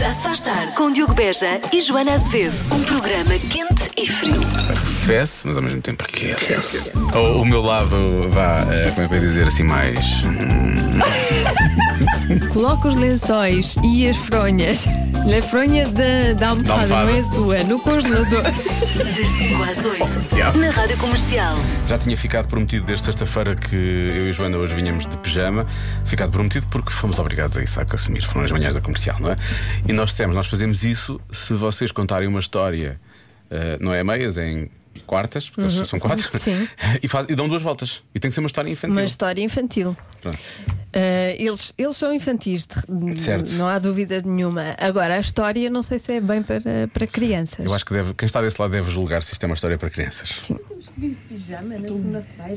Já se faz tarde com Diogo Beja e Joana Azevedo. Um programa quente e frio. Fesse, mas ao mesmo tempo aquece. O, o meu lado, vá, eh, como é que eu ia dizer assim, mais. Coloca os lençóis e as fronhas na fronha da, da almofada, Da almofada. não é sua, no congelador. Das 5 às 8. Yeah. Na rádio comercial. Já tinha ficado prometido desde sexta-feira que eu e a Joana hoje vinhamos de pijama. Ficado prometido porque fomos obrigados a isso, há que assumir. Foram as manhãs da comercial, não é? E nós dissemos, nós fazemos isso se vocês contarem uma história, eh, não é a meias, é em quartas, porque são quatro, Sim. e, faz- e dão duas voltas. E tem que ser uma história infantil. Uma história infantil. Pronto. Ah, eles, eles são infantis, de- Certo. não há dúvida nenhuma. Agora, a história não sei se é bem para, para crianças. Eu acho que deve, quem está desse lado deve julgar se isto é uma história para crianças. Sim. Eu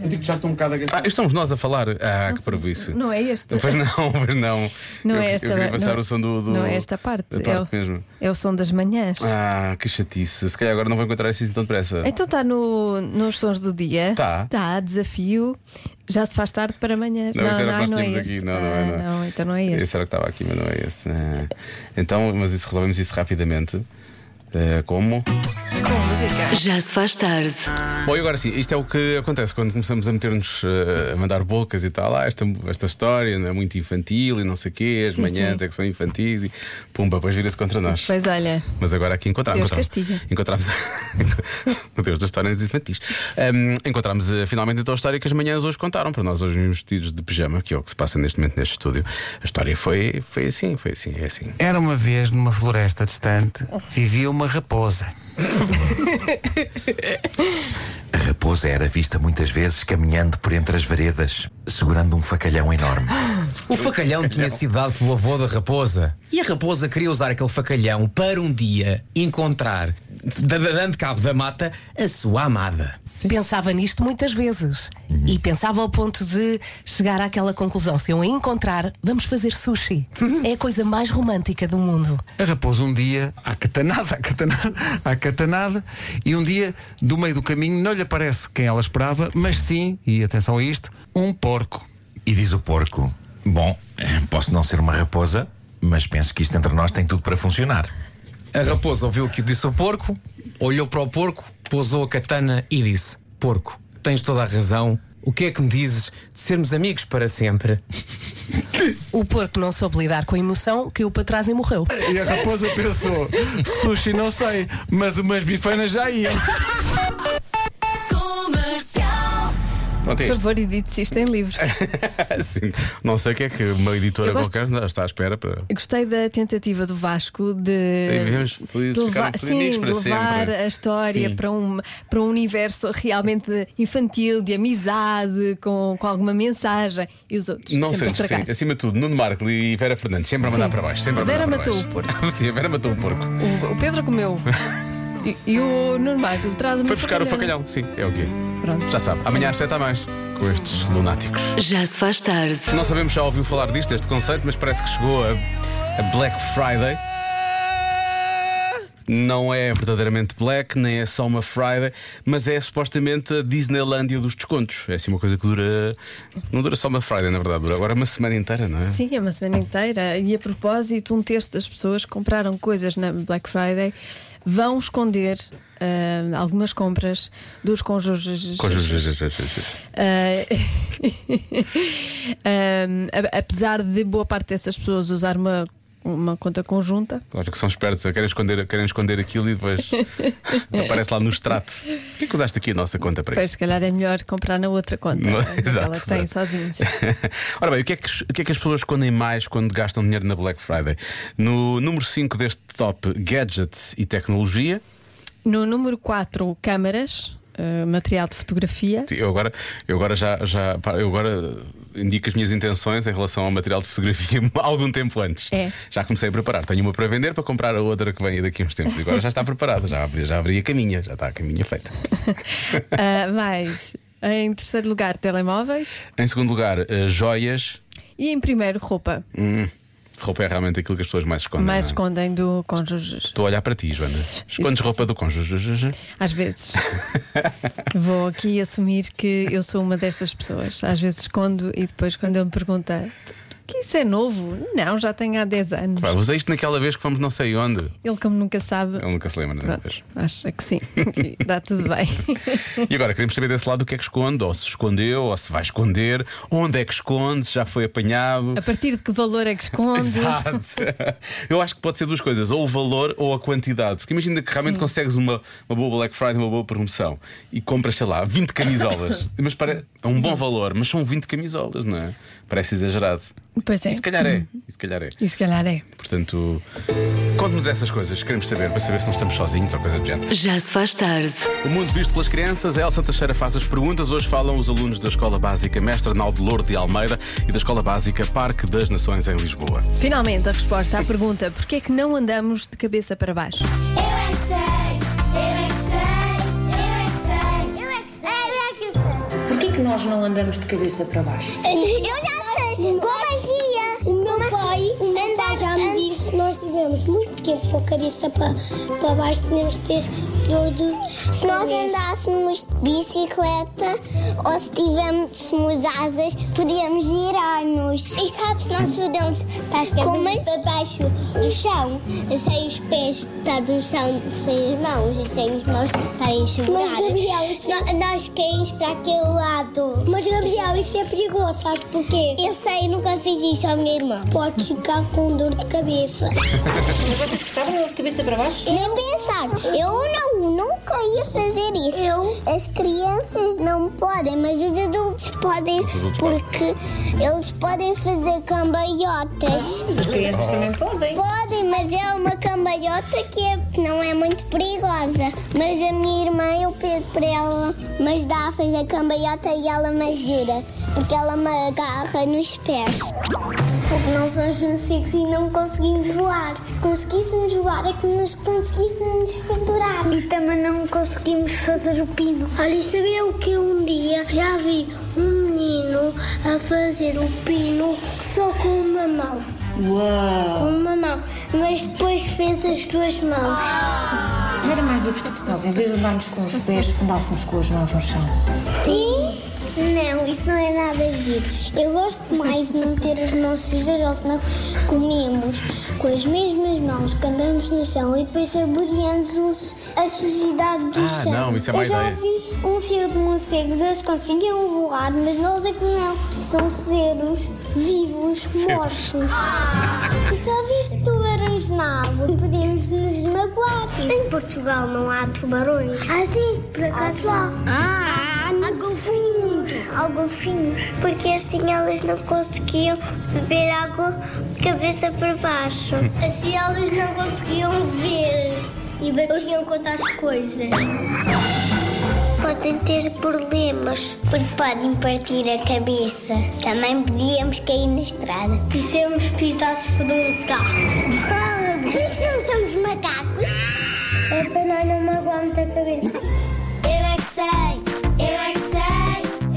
digo que já estou um bocado Ah, agressivo. estamos nós a falar. Ah, que parvoíce. Não é este. Pois não, pois não. Não eu, é esta eu queria ba- passar não- o som do, do- não é esta parte. da é, o, parte mesmo. é o som das manhãs. Ah, que chatice. Se calhar agora não vou encontrar isso assim tão depressa. Então está no, nos sons do dia. Tá. Tá, desafio. Já se faz tarde para amanhã. Não, isso era o que nós não é tínhamos aqui. este. Não, não é, Ah, não é. não, então não é Esse este. era o que estava aqui, mas não é esse. Ah. Então, mas isso resolvemos isso rapidamente. Ah, como? Já se faz tarde. Bom, e agora sim, isto é o que acontece quando começamos a meter-nos eh, a mandar bocas e tal. Ah, esta, esta história não é muito infantil e não sei o quê, as manhãs é que são infantis e pumba, depois vira-se contra nós. Pois olha. Mas agora aqui encontramos. é? Deus castiga. Encontramos. Meu Deus, das histórias infantis. Ahm, encontramos eh, finalmente então a história que as manhãs hoje contaram para nós, hoje vimos vestidos de pijama, que é o que se passa neste momento neste estúdio. A história foi, foi assim, foi assim, é assim. Era uma vez numa floresta distante, vivia uma raposa. A raposa era vista muitas vezes caminhando por entre as varedas, segurando um facalhão enorme. O facalhão tinha sido dado pelo avô da raposa. E a raposa queria usar aquele facalhão para um dia encontrar, da- da- dando cabo da mata, a sua amada. Pensava nisto muitas vezes e pensava ao ponto de chegar àquela conclusão: se eu a encontrar, vamos fazer sushi. é a coisa mais romântica do mundo. A raposa um dia, à catanada, à catanada, à catanada, e um dia, do meio do caminho, não lhe aparece quem ela esperava, mas sim, e atenção a isto, um porco. E diz o porco: Bom, posso não ser uma raposa, mas penso que isto entre nós tem tudo para funcionar. A raposa ouviu o que disse o porco, olhou para o porco, pousou a katana e disse: Porco, tens toda a razão. O que é que me dizes de sermos amigos para sempre? O porco não soube lidar com a emoção, caiu para trás e morreu. E a raposa pensou: sushi não sei, mas umas bifanas já iam. Pronto, é Por isto. favor, edite-se isto em livro. Sim. Não sei o que é que uma editora Eu gosto- qualquer está à espera para. Eu Gostei da tentativa do Vasco Aí de. vivemos felizes, de levar, ficaram felizes sim, amigos para de levar sempre. a história Sim. para um, para um universo realmente infantil, de amizade, com, com alguma mensagem. E os outros Não sempre a sei, estragar. sim. acima de tudo, Nuno Marco e Vera Fernandes, sempre a mandar para baixo. Sempre a mandar Vera para matou baixo. o porco. Sim, a Vera matou o porco. O, o Pedro comeu. E, e o normal traz uma Foi buscar o facalhão. facalhão, sim, é o quê? Pronto. Já sabe, amanhã às 7 a mais, com estes lunáticos. Já se faz tarde. Não sabemos se já ouviu falar disto, este conceito, mas parece que chegou a, a Black Friday. Não é verdadeiramente Black, nem é só uma Friday, mas é supostamente a Disneylandia dos descontos. É assim uma coisa que dura. Não dura só uma Friday, na verdade, dura agora uma semana inteira, não é? Sim, é uma semana inteira. E a propósito, um terço das pessoas que compraram coisas na Black Friday vão esconder ah, algumas compras dos cônjuges. Cônjuges. Ah, um, a- apesar de boa parte dessas pessoas usar uma, uma conta conjunta, Claro que são espertos, querem esconder, querem esconder aquilo e depois aparece lá no extrato. Por que é que usaste aqui a nossa conta para pois isto? se calhar é melhor comprar na outra conta. Não, Ela exato, tem exato. sozinhos. Ora bem, o que, é que, o que é que as pessoas escondem mais quando gastam dinheiro na Black Friday? No número 5 deste top, gadgets e tecnologia. No número 4, câmaras, ah, material de fotografia. Eu agora, eu agora já, já pá, eu agora indico as minhas intenções em relação ao material de fotografia há algum tempo antes. É. Já comecei a preparar. Tenho uma para vender para comprar a outra que vem aí daqui a uns tempos. E agora já está preparada, já abri, já abri a caminha, já está a caminha feita. Ah, mais, em terceiro lugar, telemóveis. Em segundo lugar, eh, joias. E em primeiro, roupa. Roupa é realmente aquilo que as pessoas mais escondem. mais não é? escondem do cônjuge, Estou a olhar para ti, Joana. Escondes Isso. roupa do cônjuge. às vezes. Vou aqui assumir que eu sou uma destas pessoas. Às vezes escondo e depois, quando ele me pergunta. que isso é novo. Não, já tenho há 10 anos. Pá, usei isto naquela vez que fomos não sei onde. Ele, como nunca sabe, Ele nunca se lembra é? da vez. pronto, acha que sim. E Dá tudo bem. E agora queremos saber desse lado o que é que esconde, ou se escondeu, ou se vai esconder, onde é que esconde, se já foi apanhado. A partir de que valor é que esconde? Exato. Eu acho que pode ser duas coisas, ou o valor ou a quantidade. Porque imagina que realmente consegues uma, uma boa Black Friday, uma boa promoção e compras, sei lá, 20 camisolas. mas para, é um bom valor, mas são 20 camisolas, não é? Parece exagerado. Pois é. E se calhar é. E se calhar é. E se calhar é. Portanto, conte-nos essas coisas, queremos saber, para saber se não estamos sozinhos ou coisa do género. Já se faz tarde. O mundo visto pelas crianças, a Elsa Teixeira faz as perguntas. Hoje falam os alunos da Escola Básica Mestre Naldo Lourdes de Almeida e da Escola Básica Parque das Nações em Lisboa. Finalmente, a resposta à pergunta: porquê é que não andamos de cabeça para baixo? Eu é que sei, eu é que sei, eu é que sei, eu é que sei, eu é Porquê que nós não andamos de cabeça para baixo? que sei. Eu já sei, com magia. O meu pai, o meu pai já me disse que nós tivemos muito tempo com a cabeça para, para baixo, podemos ter dor de. Se nós andássemos de bicicleta ou se tivéssemos asas, podíamos girar-nos. E sabes, nós podemos estar com para baixo do chão, sem os pés estar do chão, sem as mãos e sem as mãos estar enxugadas. Mas, Gabriel, nós caímos para aquele lado. Mas, Gabriel, isso é perigoso, sabes porquê? Eu sei, nunca fiz isso ao meu irmão. Pode ficar com dor de cabeça. Mas vocês gostavam de andar de cabeça para baixo? Nem pensar, eu não, nunca ia fazer isso. As crianças não podem, mas os adultos podem, adultos porque eles podem fazer cambaiotas. Ah, Mas as crianças também podem. Podem, mas é uma cambalhota que é- não é muito perigosa. Mas a minha irmã, eu pedi para ela, mas dá a fazer cambalhota e ela me ajuda, porque ela me agarra nos pés. Porque não somos morcegos e não conseguimos voar. Se conseguíssemos voar, é que nos conseguíssemos pendurar. E também não conseguimos fazer o pino. Olha, sabia o que um dia já vi um menino a fazer o pino só com uma mão? Uau! Com uma mão, mas depois fez as duas mãos. Não era mais divertido se nós, em vez de andarmos com os pés, andássemos com as mãos no chão. Sim? Não, isso não é nada giro. Eu gosto mais de não ter as mãos sujeiras, senão comemos com as mesmas mãos que andamos no chão e depois saboreamos os- a sujidade do Ah, chão. não, isso é má Eu já ideia. vi um filme de morcegos, eles conseguiam voar, mas nós é que não. São seres vivos, mortos. E só viste tubarões na água e podíamos nos magoar. Em Portugal não há tubarões. Ah, sim, por acaso há. Ah, há golfinhos. Há golfinhos. Porque assim elas não conseguiam beber água de cabeça para baixo. assim elas não conseguiam ver e batiam contra as coisas. Podem ter problemas, porque podem partir a cabeça. Também podíamos cair na estrada. E sermos pisados por um carro. Por que não somos macacos? É para nós não magoarmos a cabeça. Eu é que sei, eu é que sei,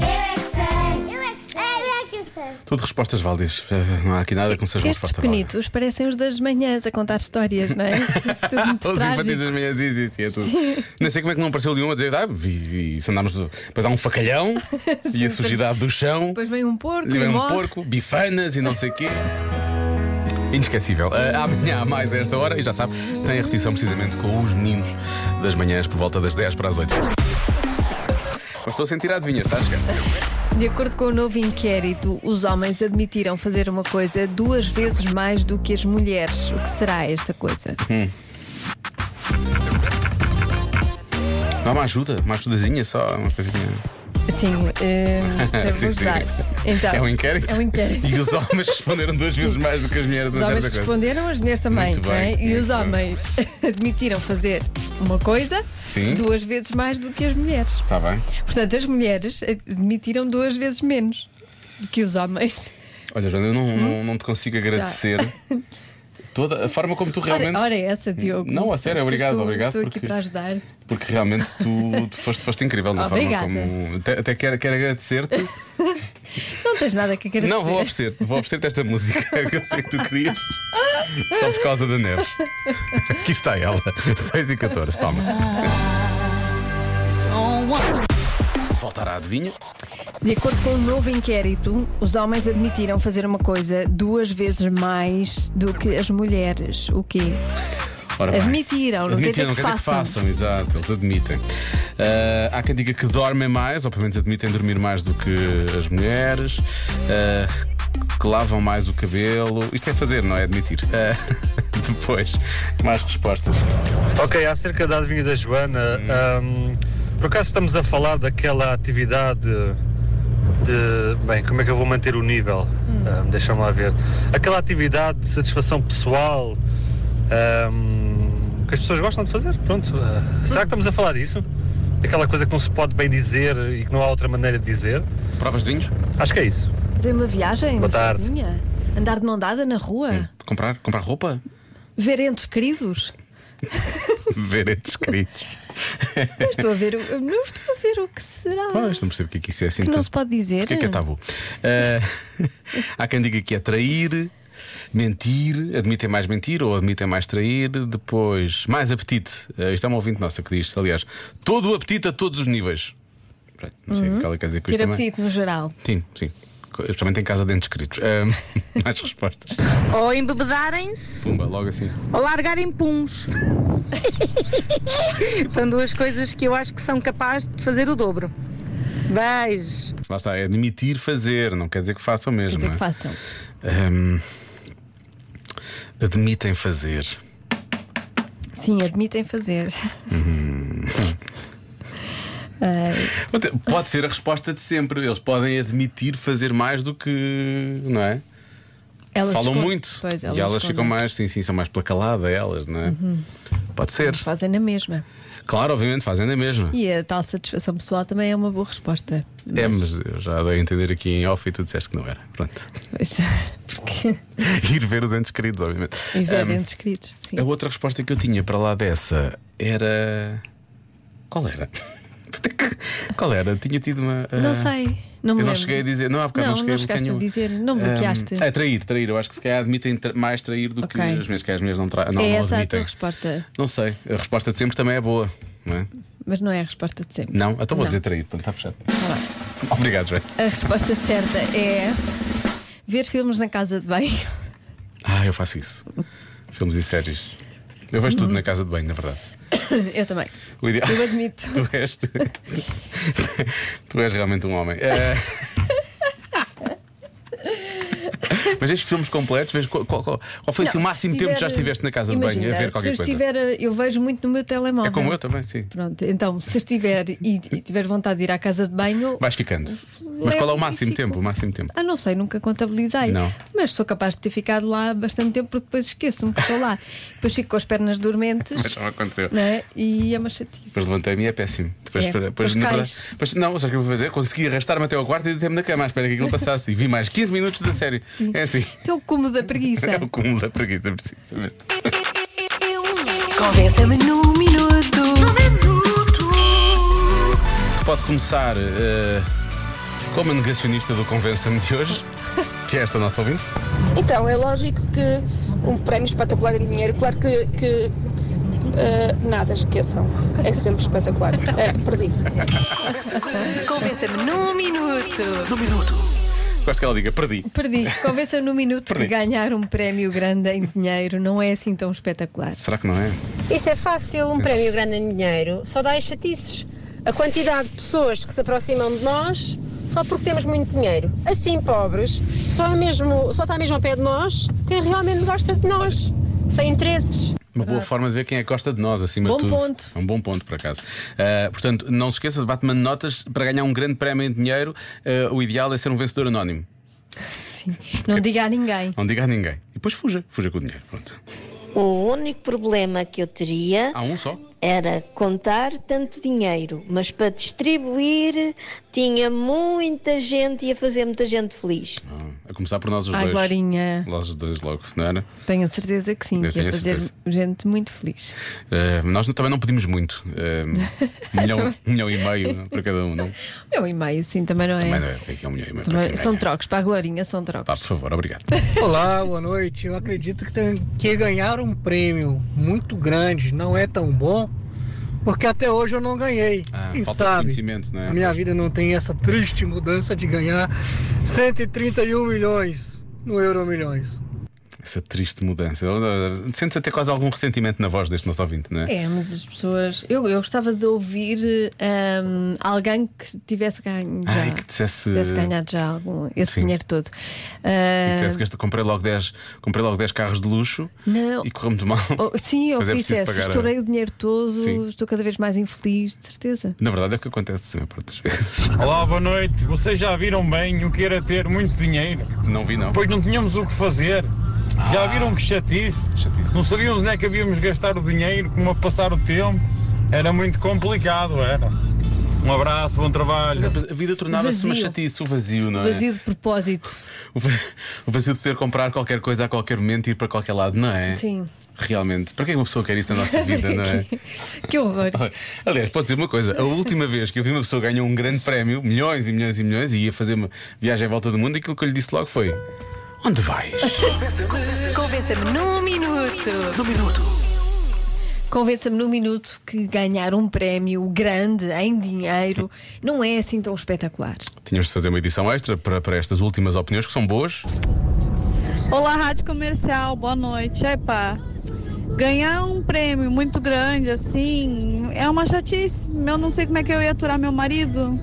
eu é que sei, eu é que sei, eu é que sei. Tudo respostas válidas. Eh, Não há aqui nada que não seja uma Estes resposta válida. pequenitos parecem os das manhãs a contar histórias, não é? Tudo muito Os infantis trágico. das manhãs, isso, isso, é tudo. Nem sei como é que não apareceu nenhuma a dizer, ah, vi, vi, se andarmos. do-" Depois há um facalhão e a sujidade do chão. Depois vem um porco E e vem um morre. porco, bifanas e não sei o quê. Inesquecível. Ah, amanhã há mais a esta hora e já sabe, tem a repetição precisamente com os meninos das manhãs por volta das 10 para as 8. Mas estou a sentir a adivinha, é? está a chegar. De acordo com o novo inquérito, os homens admitiram fazer uma coisa duas vezes mais do que as mulheres. O que será esta coisa? Dá uma ajuda, uma ajudazinha só, uma coisinha. Sim, ehm, Sim, temos sim. dar. Então, é um inquérito? É um inquérito. E os homens responderam duas vezes mais do que as mulheres. Os uma homens certa coisa. responderam, as mulheres também. Muito não é? bem, E muito os bem. homens admitiram fazer uma coisa Sim. duas vezes mais do que as mulheres. Está Tá bem. Portanto, as mulheres admitiram duas vezes menos do que os homens. Olha, Joana, eu não, Uhum. não, não te consigo agradecer toda a forma como tu realmente. Ora, ora essa, Diogo. Não, a sério, Sabes que obrigado, estou, obrigado, Estou porque- aqui para ajudar. Porque realmente tu, tu foste, foste incrível da forma Obrigada. como. Até, até quero, quero agradecer-te. Não tens nada que agradecer. Não, vou oferecer. Vou oferecer-te esta música que eu sei que tu querias. Só por causa da neve. Aqui está ela. 6 e 14. Toma. voltar à adivinha. De acordo com um novo inquérito, os homens admitiram fazer uma coisa duas vezes mais do que as mulheres. O quê? Ora bem. Admitiram, não quer dizer Admitiram, que não quer dizer que façam. façam, exato, eles admitem. Ah, há quem diga que dormem mais, ou pelo menos admitem dormir mais do que as mulheres, ah, que lavam mais o cabelo. Isto é fazer, não é admitir. Ah, depois, mais respostas. Ok, acerca da adivinha da Joana, ahm, por acaso estamos a falar daquela atividade de. Bem, como é que eu vou manter o nível? Hum. Ahm, Deixa-me lá ver. Aquela atividade de satisfação pessoal ahm, que as pessoas gostam de fazer, pronto. ah, será que estamos a falar disso? Aquela coisa que não se pode bem dizer e que não há outra maneira de dizer? Provas de vinhos? Acho que é isso. Fazer uma viagem Boa tarde. sozinha? Andar de mão dada na rua? Comprar? Comprar roupa? Ver entes queridos? Ver estes queridos. Eu estou a ver, o- não estou a ver o que será. Pois, não percebo o que é que isso é assim. Que não tanto. se pode dizer. O que é que é tabu? Ah, há quem diga que é trair, mentir, admitem mais mentir ou admitem mais trair. Depois, mais apetite. Ah, isto é um ouvinte nossa que diz, aliás, todo o apetite a todos os níveis. Não é? sei o que ela quer dizer com Uhum. Ter isto também. apetite no geral. Sim, sim. Especialmente em casa de dentes escritos. Ah, mais respostas. Ou embebedarem-se Pumba, logo assim. ou largarem puns. são duas coisas que eu acho que são capazes de fazer o dobro. Beijos. Lá está, é admitir fazer, não quer dizer que façam Quer mesmo. dizer não que é? façam. Ahm, admitem fazer. Sim, admitem fazer. Hum. Ah, Pode- Pode ser a resposta de sempre. Eles podem admitir fazer mais do que. Não é? Elas Falam escondem- muito. Pois, e elas escondem. Uhum. ficam mais. Sim, sim, são mais pela calada, elas, não é? Pode ser. Fazem na mesma. Claro, obviamente, fazem a mesma. E a tal satisfação pessoal também é uma boa resposta. É, mas eu já dei a entender aqui em off e tu disseste que não era. Pronto. Pois, porque. Ir ver os entes queridos, obviamente. E ver Ahm, entes queridos. Sim. a outra resposta que eu tinha para lá dessa era. Qual era? Qual era? Tinha tido uma. ah, Não sei, não me eu não lembro. cheguei a dizer. Não, há bocado Não, não cheguei não a chegaste a nenhum. dizer, não bloqueaste. Ah, é trair, trair. Eu acho que se calhar admitem tra- mais trair do Ok. que as minhas, que as minhas não, tra... não, é não essa a admitem. tua resposta, Não sei. A resposta de sempre também é boa, não é? mas não é a resposta de sempre. Não? Então vou Não. dizer trair. Pronto, está fechado. Tá bem. Obrigado, Joé. A resposta certa é ver filmes na casa de banho. Ah, eu faço isso. Filmes e séries. Eu vejo tudo na casa de banho, na verdade. Eu também. O ideal- Eu admito. Tu és, tu, tu és realmente um homem. Eh, Mas estes filmes completos, vês qual, qual- qual- qual foi assim, o Não, máximo se tempo que já estiver- estiveste na casa de imagina, banho a ver se qualquer coisa? estiver, eu vejo muito no meu telemóvel. É como eu também, sim. Pronto, então, se estiver e, e tiver vontade de ir à casa de banho. Vais ficando. Mas qual é o máximo Fico. tempo? O máximo tempo. Ah, não sei, nunca contabilizei. Não. Mas sou capaz de ter ficado lá bastante tempo porque depois esqueço-me que estou lá. depois fico com as pernas dormentes. Mas já me aconteceu. não é? E é uma chatice. Depois levantei-me e é péssimo. Depois, É, espera- depois na cais. verdade- depois- não, sabes o que eu vou fazer? Consegui arrastar-me até ao quarto e deitei-me na cama à espera que aquilo passasse. E vi mais 15 minutos da série. É assim. Isso é o cúmulo da preguiça. É o cúmulo da preguiça, precisamente. é Convença-me num minuto. Pode começar eh, como a negacionista do Convença-me de hoje, que é esta nossa ouvinte. Então, é lógico que um prémio espetacular em dinheiro, claro que. que uh, nada, esqueçam. É sempre espetacular. É, perdi. Convença-me num minuto. Gosto que ela diga, perdi. Perdi. Convença no minuto Perdi. que ganhar um prémio grande em dinheiro não é assim tão espetacular. Será que não é? Isso é fácil, um prémio grande em dinheiro só dá as chatices. A quantidade de pessoas que se aproximam de nós só porque temos muito dinheiro. Assim, pobres, só, é mesmo, só está mesmo ao pé de nós quem realmente gosta de nós, sem interesses. Uma boa forma de ver quem é que gosta de nós, acima Ah. Bom de tudo. ponto. É Um bom ponto, por acaso. Eh, portanto, não se esqueça de Batman de Notas para ganhar um grande prémio em dinheiro. eh, o ideal é ser um vencedor anónimo. Sim. Não diga a ninguém. Não diga a ninguém. E depois fuja. Fuja com o dinheiro. Pronto. O único problema que eu teria Há um só. era contar tanto dinheiro, mas para distribuir tinha muita gente e ia fazer muita gente feliz. Ah, a começar por nós os Ai, dois. Glorinha, Nós os dois logo, não era? tenho a certeza que sim, Eu que ia tenho a fazer certeza. gente muito feliz. Eh, nós também não pedimos muito. Eh, um, milhão, um milhão e meio para cada um, não? É um e-mail, sim, também não é. Também não é. Aqui é um milhão e meio. para Também- quem são ganha. trocos, para a Glorinha são trocos. Pá, por favor, obrigado. Olá, boa noite. Eu acredito que, tem- que ganhar um prêmio muito grande não é tão bom Porque até hoje eu não ganhei. Ah, e falta de sabe, conhecimento, né? a minha vida não tem essa triste mudança de ganhar 131 milhões no Euro Milhões. Essa triste mudança. ah, Sentes até quase algum ressentimento na voz deste nosso ouvinte, não é? É, mas as pessoas. Eu, eu gostava de ouvir hum, alguém que tivesse ganho já. Ai, que dissesse- tivesse ganhado já algum, esse Sim. dinheiro todo. E Ah, disseste que este- comprei logo 10 comprei logo 10 carros de luxo Não. Oh. e correu muito mal. ou- sim, eu Mas é preciso dissesse, pagar a- estourei o dinheiro todo, Sim. estou cada vez mais infeliz, de certeza. Na verdade é o que acontece a parte das vezes. Olá, boa noite. Vocês já viram bem o que era ter muito dinheiro? Não vi, não. Depois não tínhamos o que fazer. Já viram que chatice? Não sabíamos nem que havíamos gastar o dinheiro, como a passar o tempo. Era muito complicado, era. Um abraço, bom trabalho. A vida tornava-se uma Vazio. chatice, o vazio, não é? Vazio de propósito. O va- o vazio de ter que comprar qualquer coisa a qualquer momento e ir para qualquer lado, não é? Sim. Realmente, para que é que uma pessoa quer isso na nossa vida, não é? que horror. Aliás, posso dizer uma coisa: a última vez que eu vi uma pessoa ganhar um grande prémio, milhões e milhões e milhões, e ia fazer uma viagem à volta do mundo, aquilo que eu lhe disse logo foi: Onde vais? Convença-me num minuto. Num minuto. Convença-me num minuto que ganhar um prémio grande em dinheiro não é assim tão espetacular. Tínhamos de fazer uma edição extra para, para estas últimas opiniões que são boas. Olá, Rádio Comercial, boa noite. Ai, pá. Ganhar um prêmio muito grande, assim, é uma chatice. Eu não sei como é que eu ia aturar meu marido,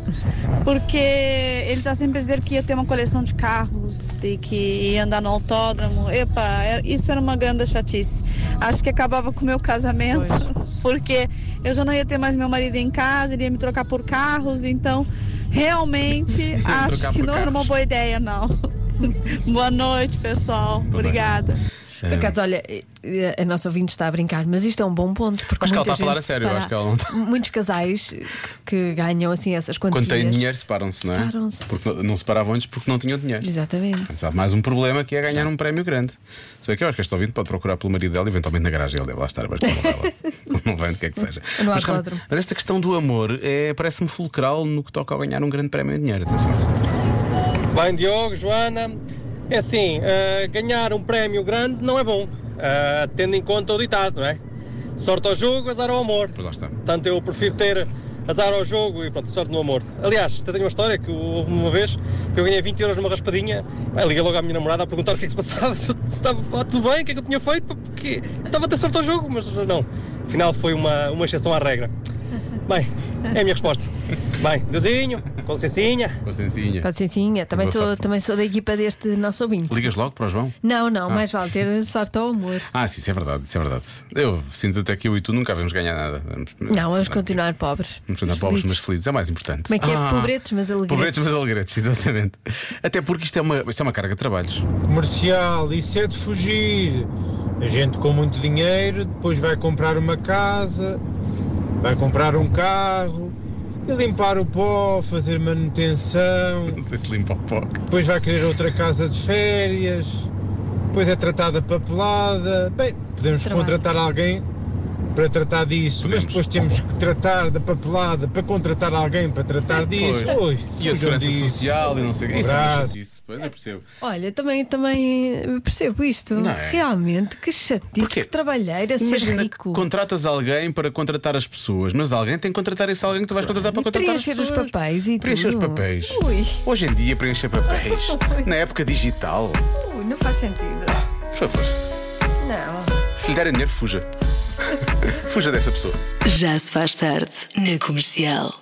porque ele tá sempre dizendo que ia ter uma coleção de carros e que ia andar no autódromo. Epa, é- isso era uma grande chatice. Acho que acabava com o meu casamento, porque eu já não ia ter mais meu marido em casa, ele ia me trocar por carros, então realmente acho trocar que por não era uma boa ideia, não. boa noite, pessoal. Obrigada. É. Por acaso, olha, eh, a nossa ouvinte está a brincar, mas isto é um bom ponto. Porque Acho que ela muita está a falar gente a sério, separa- acho que ela não está- Muitos casais que- que ganham assim essas quantias. Quando têm dinheiro, separam-se, não é? Separam-se. Porque não- não se paravam antes porque não tinham dinheiro. Exatamente. Mas há mais um problema que é Tá. ganhar um prémio grande. Se bem que eu acho que este ouvinte pode procurar pelo marido dela, eventualmente na garagem ele deve lá estar, mas não vai lá. Não vai onde quer que seja. No mas, autódromo. mas esta questão do amor é, parece-me fulcral no que toca ao ganhar um grande prémio em dinheiro. Atenção. Bem, Diogo, Joana, é assim, eh, ganhar um prémio grande não é bom, eh, tendo em conta o ditado, não é? Sorte ao jogo, azar ao amor. Pois lá está. Portanto, eu prefiro ter azar ao jogo e pronto, sorte no amor. Aliás, até tenho uma história que houve uma vez que eu ganhei 20 euros numa raspadinha, Pá, liguei logo à minha namorada a perguntar o que é que se passava, se eu- se estava pá, tudo bem, o que é que eu tinha feito, pá, porque eu estava a ter sorte ao jogo, mas não. Afinal, foi uma, uma exceção à regra. Bem, é a minha resposta. Bem, Deusinho, com licencinha. Com licencinha. Paciencinha, é, também Boa sou, sorte. também sou da equipa deste nosso ouvinte. Ligas logo para o João? Não, não, Ah. mais vale ter sorte ao amor. Ah, sim, isso é verdade, isso é verdade. Eu sinto até que eu e tu nunca vamos ganhar nada. Vamos, Não, vamos continuar pobres. vamos tornar pobres, mas felizes. É o mais importante. Como é que é? Ah, Pobretos, mas alegres. Pobretos, mas alegretes, exatamente. Até porque isto é uma, isto é uma carga de trabalhos. Comercial, isso é de fugir. A gente com muito dinheiro, depois vai comprar uma casa, vai comprar um carro, e limpar o pó, fazer manutenção. Não sei se limpa o pó. Depois vai querer outra casa de férias, depois é tratada papelada. Bem, podemos Trabalho. contratar alguém para tratar disso, mas depois temos que tratar da papelada para contratar alguém para tratar disso. Pois, e a fujam segurança disso. social e não sei o Um que. Isso é uma abraço. chatice, pois eu percebo. Olha, também, também percebo isto. Não é? Realmente, que chatice, que trabalheira, ser Imagina que rico. contratas alguém para contratar as pessoas, mas alguém tem que contratar esse alguém que tu vais contratar para contratar as Preencher os pessoas. papéis e Preencher os tudo. papéis. Ui. Hoje em dia preencher papéis. Na época digital. Ui, não faz sentido. Por favor. Não. Se lhe derem dinheiro, fuja. fuja dessa pessoa. Já se faz tarde na comercial.